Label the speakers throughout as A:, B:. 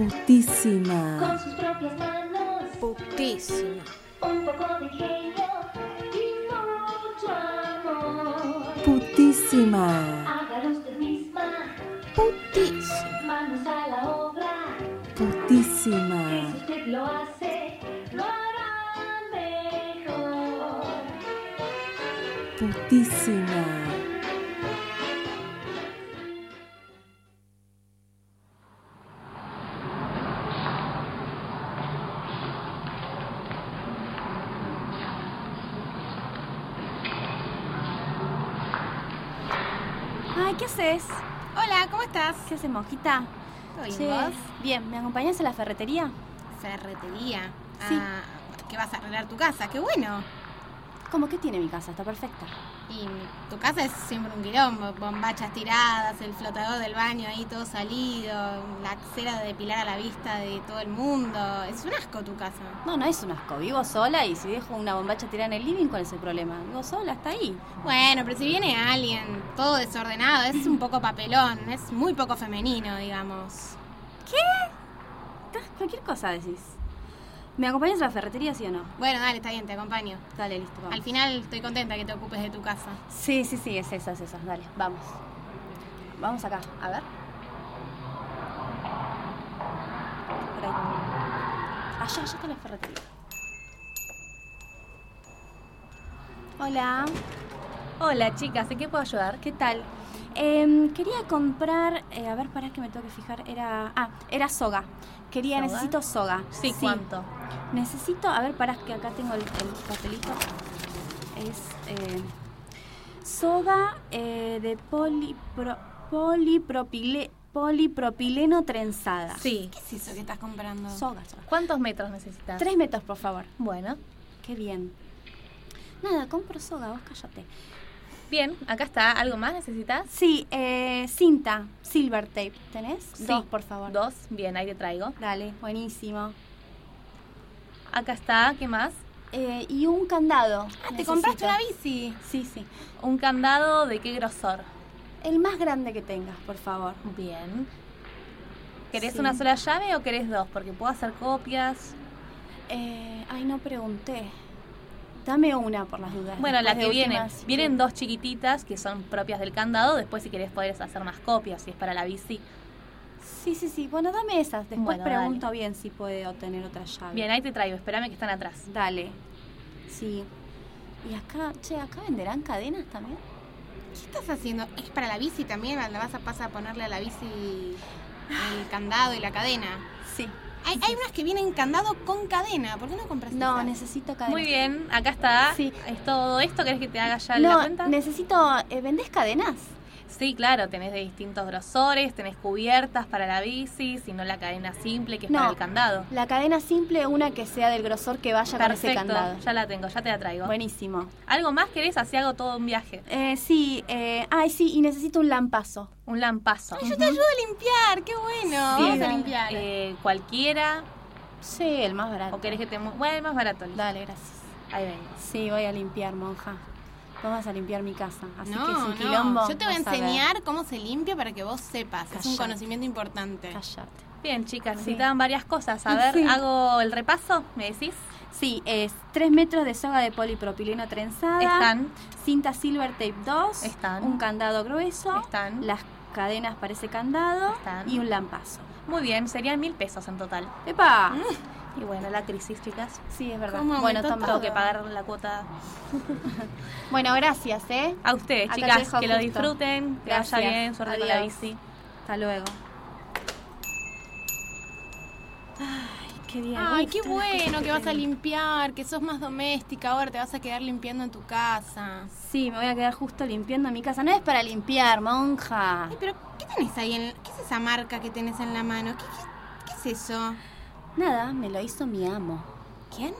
A: Putísima.
B: sus propias manos,
C: Putísima.
B: un poco de ingenio y mucho amor.
A: Putísima.
B: Hágalo usted misma,
C: Putísima.
B: manos a la obra. Y si
A: Putísima.
B: usted lo hace, lo hará mejor.
A: Putísima.
D: Ay, ¿qué haces?
C: Hola, ¿cómo estás?
D: ¿Qué haces, mojita?
C: Sí.
D: Bien, ¿me acompañas a la ferretería?
C: Ferretería.
D: Sí.
C: Ah, que vas a arreglar tu casa, qué bueno.
D: Como que tiene mi casa, está perfecta.
C: Y tu casa es siempre un quilombo, bombachas tiradas, el flotador del baño ahí todo salido, la cera de depilar a la vista de todo el mundo. Es un asco tu casa.
D: No, no es un asco. Vivo sola y si dejo una bombacha tirada en el living, ¿cuál es el problema? Vivo sola, está ahí.
C: Bueno, pero si viene alguien todo desordenado, es un poco papelón, es muy poco femenino, digamos.
D: Ta, Cualquier cosa decís. ¿Me acompañas a la ferretería, sí o no?
C: Bueno, dale, está bien, te acompaño.
D: Dale, listo, vamos.
C: Al final estoy contenta que te ocupes de tu casa.
D: Sí, sí, sí, es esa, es esa. Dale, vamos. Vamos acá, a ver. Por ahí. Allá, allá está la ferretería. Hola. Hola, chicas, ¿en qué puedo ayudar? ¿Qué tal? Em, quería comprar, eh, a ver, para que me tengo que fijar, era, ah, era soga. Quería,
E: ¿Soga?
D: necesito soga.
E: Sí, ¿cuánto?
D: Necesito, a ver, pará, que acá tengo el, el papelito. Es eh, soga eh, de polipro- polipropile- polipropileno trenzada.
E: Sí.
C: ¿Qué es eso que estás comprando?
D: Soga, soga.
E: ¿Cuántos metros necesitas?
D: Tres metros, por favor.
E: Bueno,
D: Qué bien. Nada, compro soga, vos cállate.
E: bien, acá está. ¿Algo más necesitas?
D: Sí, eh, cinta, silver tape. ¿Tenés? Dos, por favor.
E: Dos, bien, ahí te traigo.
D: Dale, buenísimo.
E: Acá está, ¿qué más?
D: Eh, y un candado.
C: ah, te
D: Necesito.
C: compraste una bici.
D: Sí, sí.
E: Un candado de qué grosor.
D: El más grande que tengas, por favor.
E: Bien. ¿Querés
D: Sí.
E: una sola llave o querés dos? Porque puedo hacer copias.
D: Eh, ay, no pregunté. Dame una por las dudas.
E: Bueno, la
D: después
E: que
D: de
E: viene.
D: últimas.
E: Vienen dos chiquititas que son propias del candado. Después, si querés, podés hacer más copias. Si es para la bici.
D: Sí, sí, sí. Bueno, dame esas. Después
E: Bueno,
D: pregunto bien si puedo tener otra llave.
E: Bien, ahí te traigo. Espérame que están atrás.
D: Dale. Sí. Y acá, che, acá venderán cadenas también.
C: ¿Qué estás haciendo? ¿Es para la bici también? ¿La vas a pasar a ponerle a la bici el candado y la cadena?
D: Sí.
C: Hay, hay unas que vienen candado con cadena. ¿Por qué no compras
D: No,
C: esas?
D: necesito cadenas.
E: Muy bien, acá está.
D: Sí.
E: Es todo esto. ¿Querés que te haga ya la
D: No,
E: cuenta?
D: necesito. eh, ¿Vendés cadenas?
E: Sí, claro, tenés de distintos grosores, tenés cubiertas para la bici, sino la cadena simple que es
D: No.
E: para el candado.
D: La cadena simple, una que sea del grosor que vaya con ese candado.
E: ya la tengo, ya te la traigo.
D: Buenísimo.
E: ¿Algo más querés? Así hago todo un viaje.
D: Eh, sí, eh, ay, sí, y necesito un lampazo.
E: Un lampazo.
C: Yo te ayudo a limpiar, qué bueno. Vamos a
D: dale.
C: limpiar.
E: Eh, cualquiera,
D: Sí, el más barato.
E: o querés que te... mu- Bueno, el más barato. listo.
D: Dale, gracias.
E: Ahí vengo.
D: Sí, voy a limpiar, monja. Vos vas a limpiar mi casa. Así que es
C: no,
D: un
C: no.
D: quilombo.
C: Yo te voy a
D: vas ver.
C: enseñar cómo se limpia para que vos sepas. Es un
D: Callate.
C: conocimiento importante.
D: Cállate.
E: Bien, chicas,
D: Sí.
E: necesitaban varias cosas. A ver,
D: Sí.
E: hago el repaso, ¿me decís?
D: Sí, es 3 metros de soga de polipropileno trenzada.
E: Están,
D: Cinta silver tape 2.
E: Están.
D: Un candado grueso.
E: están.
D: Las cadenas para ese candado.
E: Están.
D: Y un lampazo.
E: Muy bien, serían mil pesos en total.
D: ¡Epa!
E: Y bueno, la crisis, chicas.
D: Sí, es verdad.
C: ¿Cómo
D: Bueno,
C: aumentó
D: toma.
E: Tengo que pagar la cuota
D: Bueno, gracias, ¿eh?
E: A ustedes,
D: Acá te
E: chicas,
D: dejo
E: que lo
D: justo.
E: disfruten, que
D: Gracias.
E: vaya bien, suerte con la
D: Adiós.
E: bici.
D: Hasta luego. Ay, qué bien.
C: Ay,
D: Uy,
C: qué
D: todas las cosas
C: bueno que vas a
D: tengo.
C: limpiar, que sos más doméstica, ahora te vas a quedar limpiando en tu casa.
D: Sí, me voy a quedar justo limpiando mi casa. No es para limpiar, monja.
C: Ay, pero ¿qué tenés ahí? En, ¿Qué es esa marca que tenés en la mano? ¿Qué, qué- qué es eso?
D: Nada, me lo hizo mi amo.
C: ¿Quién?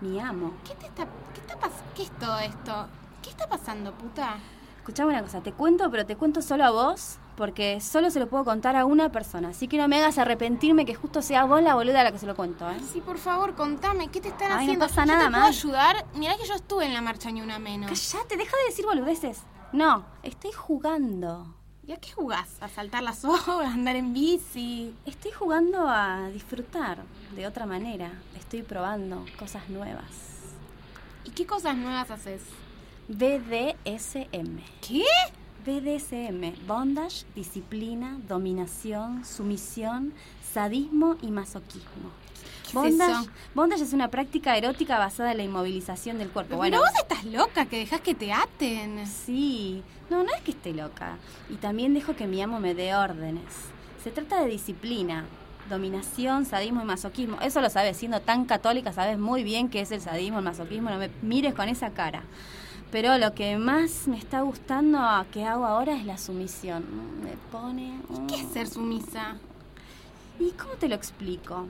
D: Mi amo.
C: ¿Qué te está, qué está pas- ¿Qué es todo esto? ¿Qué está pasando, puta?
D: Escuchame una cosa, te cuento, pero te cuento solo a vos, porque solo se lo puedo contar a una persona. Así que no me hagas arrepentirme que justo sea vos la boluda a la que se lo cuento, ¿eh?
C: Sí, por favor, contame, ¿qué te están
D: Ay, no
C: haciendo?
D: pasa
C: ¿Yo
D: nada,
C: te puedo
D: Mar.
C: ayudar? Mirá que yo estuve en la marcha ni una menos.
D: Callate, deja de decir boludeces. No, estoy jugando.
C: ¿Y a qué jugás? ¿A saltar las obras? ¿A andar en bici?
D: Estoy jugando a disfrutar de otra manera. Estoy probando cosas nuevas.
C: ¿Y qué cosas nuevas haces?
D: BDSM.
C: ¿Qué?
D: BDSM, bondage, disciplina, dominación, sumisión, sadismo y masoquismo.
C: ¿Qué es
D: Bondage,
C: eso?
D: bondage es una práctica erótica basada en la inmovilización del cuerpo.
C: Pero vos estás loca, que dejás que te aten.
D: Sí, no, no es que esté loca. Y también dejo que mi amo me dé órdenes. Se trata de disciplina, dominación, sadismo y masoquismo. Eso lo sabes, siendo tan católica sabes muy bien qué es el sadismo, el masoquismo, no me mires con esa cara. Pero lo que más me está gustando a que hago ahora es la sumisión. Mm, Me pone...
C: ¿Qué es
D: mm.
C: ser sumisa?
D: ¿Y cómo te lo explico?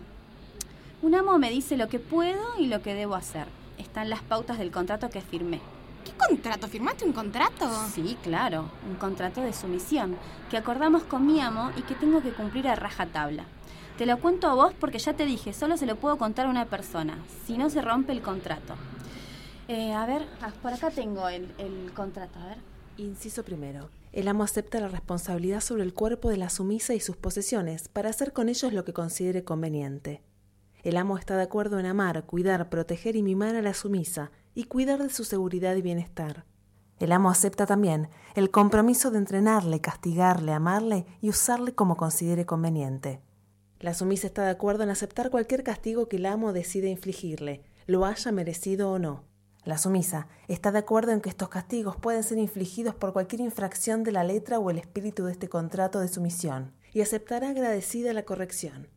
D: Un amo me dice lo que puedo y lo que debo hacer. Están las pautas del contrato que firmé.
C: ¿Qué contrato? ¿Firmaste un contrato?
D: Sí, claro, un contrato de sumisión que acordamos con mi amo y que tengo que cumplir a rajatabla. Te lo cuento a vos porque ya te dije, solo se lo puedo contar a una persona, si no se rompe el contrato. Eh, a ver, ah, por acá tengo el, el contrato, a ver.
A: Inciso primero. El amo acepta la responsabilidad sobre el cuerpo de la sumisa y sus posesiones para hacer con ellos lo que considere conveniente. El amo está de acuerdo en amar, cuidar, proteger y mimar a la sumisa y cuidar de su seguridad y bienestar. El amo acepta también el compromiso de entrenarle, castigarle, amarle y usarle como considere conveniente. La sumisa está de acuerdo en aceptar cualquier castigo que el amo decida infligirle, lo haya merecido o no. La sumisa está de acuerdo en que estos castigos pueden ser infligidos por cualquier infracción de la letra o el espíritu de este contrato de sumisión y aceptará agradecida la corrección.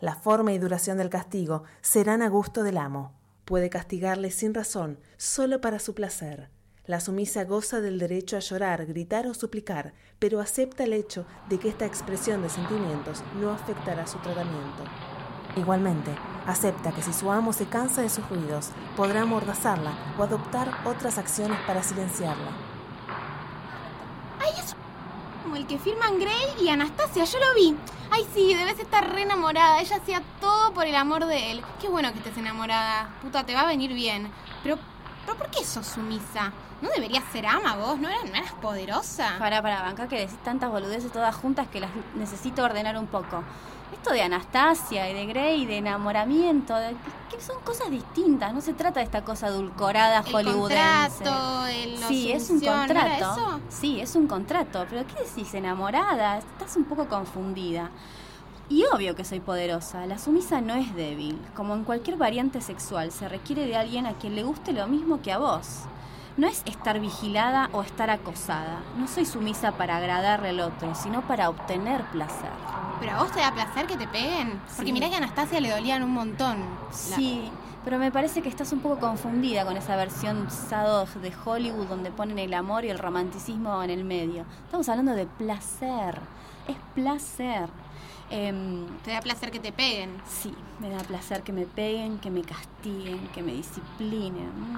A: La forma y duración del castigo serán a gusto del amo. Puede castigarle sin razón, solo para su placer. La sumisa goza del derecho a llorar, gritar o suplicar, pero acepta el hecho de que esta expresión de sentimientos no afectará su tratamiento. Igualmente, acepta que si su amo se cansa de sus ruidos, podrá amordazarla o adoptar otras acciones para silenciarla.
C: Como el que firman Grey y Anastasia, yo lo vi. Ay, sí, debes estar re enamorada. Ella hacía todo por el amor de él. Qué bueno que estés enamorada. Puta, te va a venir bien. Pero, pero ¿por qué sos sumisa? ¿No deberías ser ama vos? ¿No eras, no eras poderosa?
D: Para, para, banca que decís tantas boludeces todas juntas que las necesito ordenar un poco. Esto de Anastasia y de Grey, de enamoramiento, de- que, que son cosas distintas. No se trata de esta cosa adulcorada
C: el
D: hollywoodense.
C: contrato, el la
D: Sí, es un
C: sumisión, ¿no era
D: contrato.
C: eso?
D: Sí, es un contrato. Pero ¿qué decís, enamorada? Estás un poco confundida. Y obvio que soy poderosa. La sumisa no es débil. Como en cualquier variante sexual, se requiere de alguien a quien le guste lo mismo que a vos. No es estar vigilada o estar acosada. No soy sumisa para agradarle al otro, sino para obtener placer.
C: Pero a vos te da placer que te peguen. Porque
D: Sí.
C: mirá que a Anastasia le dolían un montón. La-
D: Sí, pero me parece que estás un poco confundida con esa versión sado de Hollywood donde ponen el amor y el romanticismo en el medio. Estamos hablando de placer. Es placer. Em,
C: Te da placer que te peguen.
D: sí, me da placer que me peguen, que me castiguen, que me disciplinen. Mm,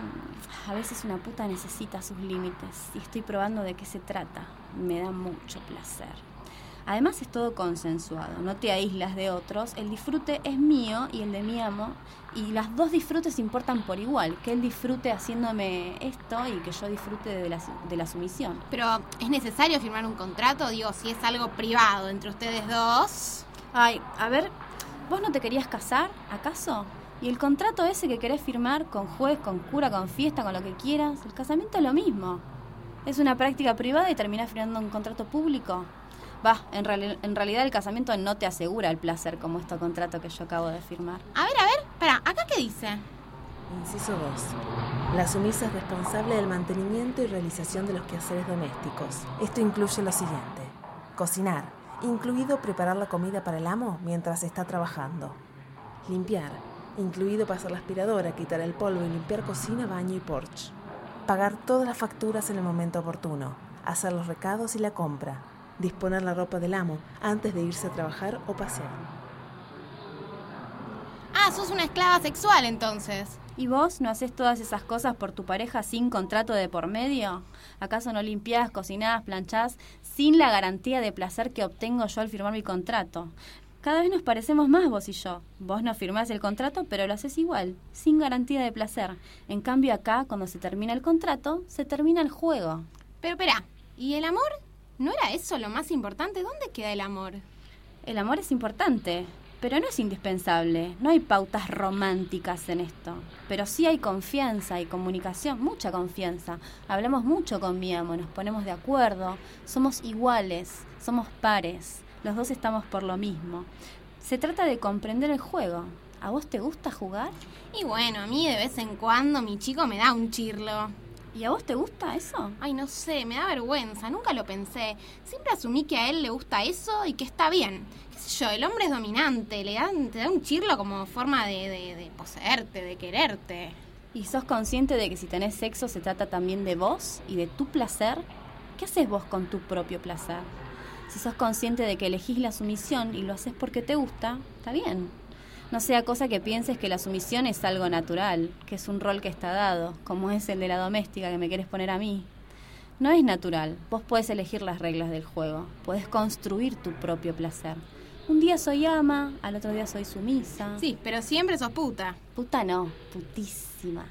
D: A veces una puta necesita sus límites y estoy probando de qué se trata. Me da mucho placer. Además es todo consensuado, no te aíslas de otros, el disfrute es mío y el de mi amo, y las dos disfrutes importan por igual, que él disfrute haciéndome esto y que yo disfrute de la, su- de la sumisión.
C: Pero es necesario firmar un contrato, digo, si es algo privado entre ustedes dos.
D: Ay, a ver, ¿vos no te querías casar, acaso? Y el contrato ese que querés firmar con juez, con cura, con fiesta, con lo que quieras, el casamiento es lo mismo. Es una práctica privada y terminás firmando un contrato público. Va, en, reali- en realidad el casamiento no te asegura el placer como este contrato que yo acabo de firmar.
C: A ver, a ver, para, ¿acá qué dice?
A: Inciso 2. La sumisa es responsable del mantenimiento y realización de los quehaceres domésticos. Esto incluye lo siguiente. Cocinar, incluido preparar la comida para el amo mientras está trabajando. Limpiar, incluido pasar la aspiradora, quitar el polvo y limpiar cocina, baño y porche. Pagar todas las facturas en el momento oportuno. Hacer los recados y la compra. Disponer la ropa del amo antes de irse a trabajar o pasear.
C: Ah, sos una esclava sexual entonces.
D: ¿Y vos no haces todas esas cosas por tu pareja sin contrato de por medio? ¿Acaso no limpiás, cocinás, planchás sin la garantía de placer que obtengo yo al firmar mi contrato? Cada vez nos parecemos más vos y yo. Vos no firmás el contrato, pero lo haces igual, sin garantía de placer. En cambio acá, cuando se termina el contrato, se termina el juego.
C: Pero espera, ¿y el amor? ¿No era eso lo más importante? ¿Dónde queda el amor?
D: El amor es importante, pero no es indispensable. No hay pautas románticas en esto. Pero sí hay confianza y comunicación, mucha confianza. Hablamos mucho con mi amo, nos ponemos de acuerdo, somos iguales, somos pares, los dos estamos por lo mismo. Se trata de comprender el juego. ¿A vos te gusta jugar?
C: Y bueno, a mí de vez en cuando mi chico me da un chirlo.
D: ¿Y a vos te gusta eso?
C: Ay, no sé, me da vergüenza, nunca lo pensé. Siempre asumí que a él le gusta eso y que está bien. ¿Qué sé yo? El hombre es dominante, le dan, te da un chirlo como forma de, de, de poseerte, de quererte.
D: ¿Y sos consciente de que si tenés sexo se trata también de vos y de tu placer? ¿Qué haces vos con tu propio placer? Si sos consciente de que elegís la sumisión y lo haces porque te gusta, está bien. No sea cosa que pienses que la sumisión es algo natural, que es un rol que está dado, como es el de la doméstica que me quieres poner a mí. No es natural, vos puedes elegir las reglas del juego, puedes construir tu propio placer. Un día soy ama, al otro día soy sumisa.
C: Sí, pero siempre sos puta.
D: Puta no, putísima.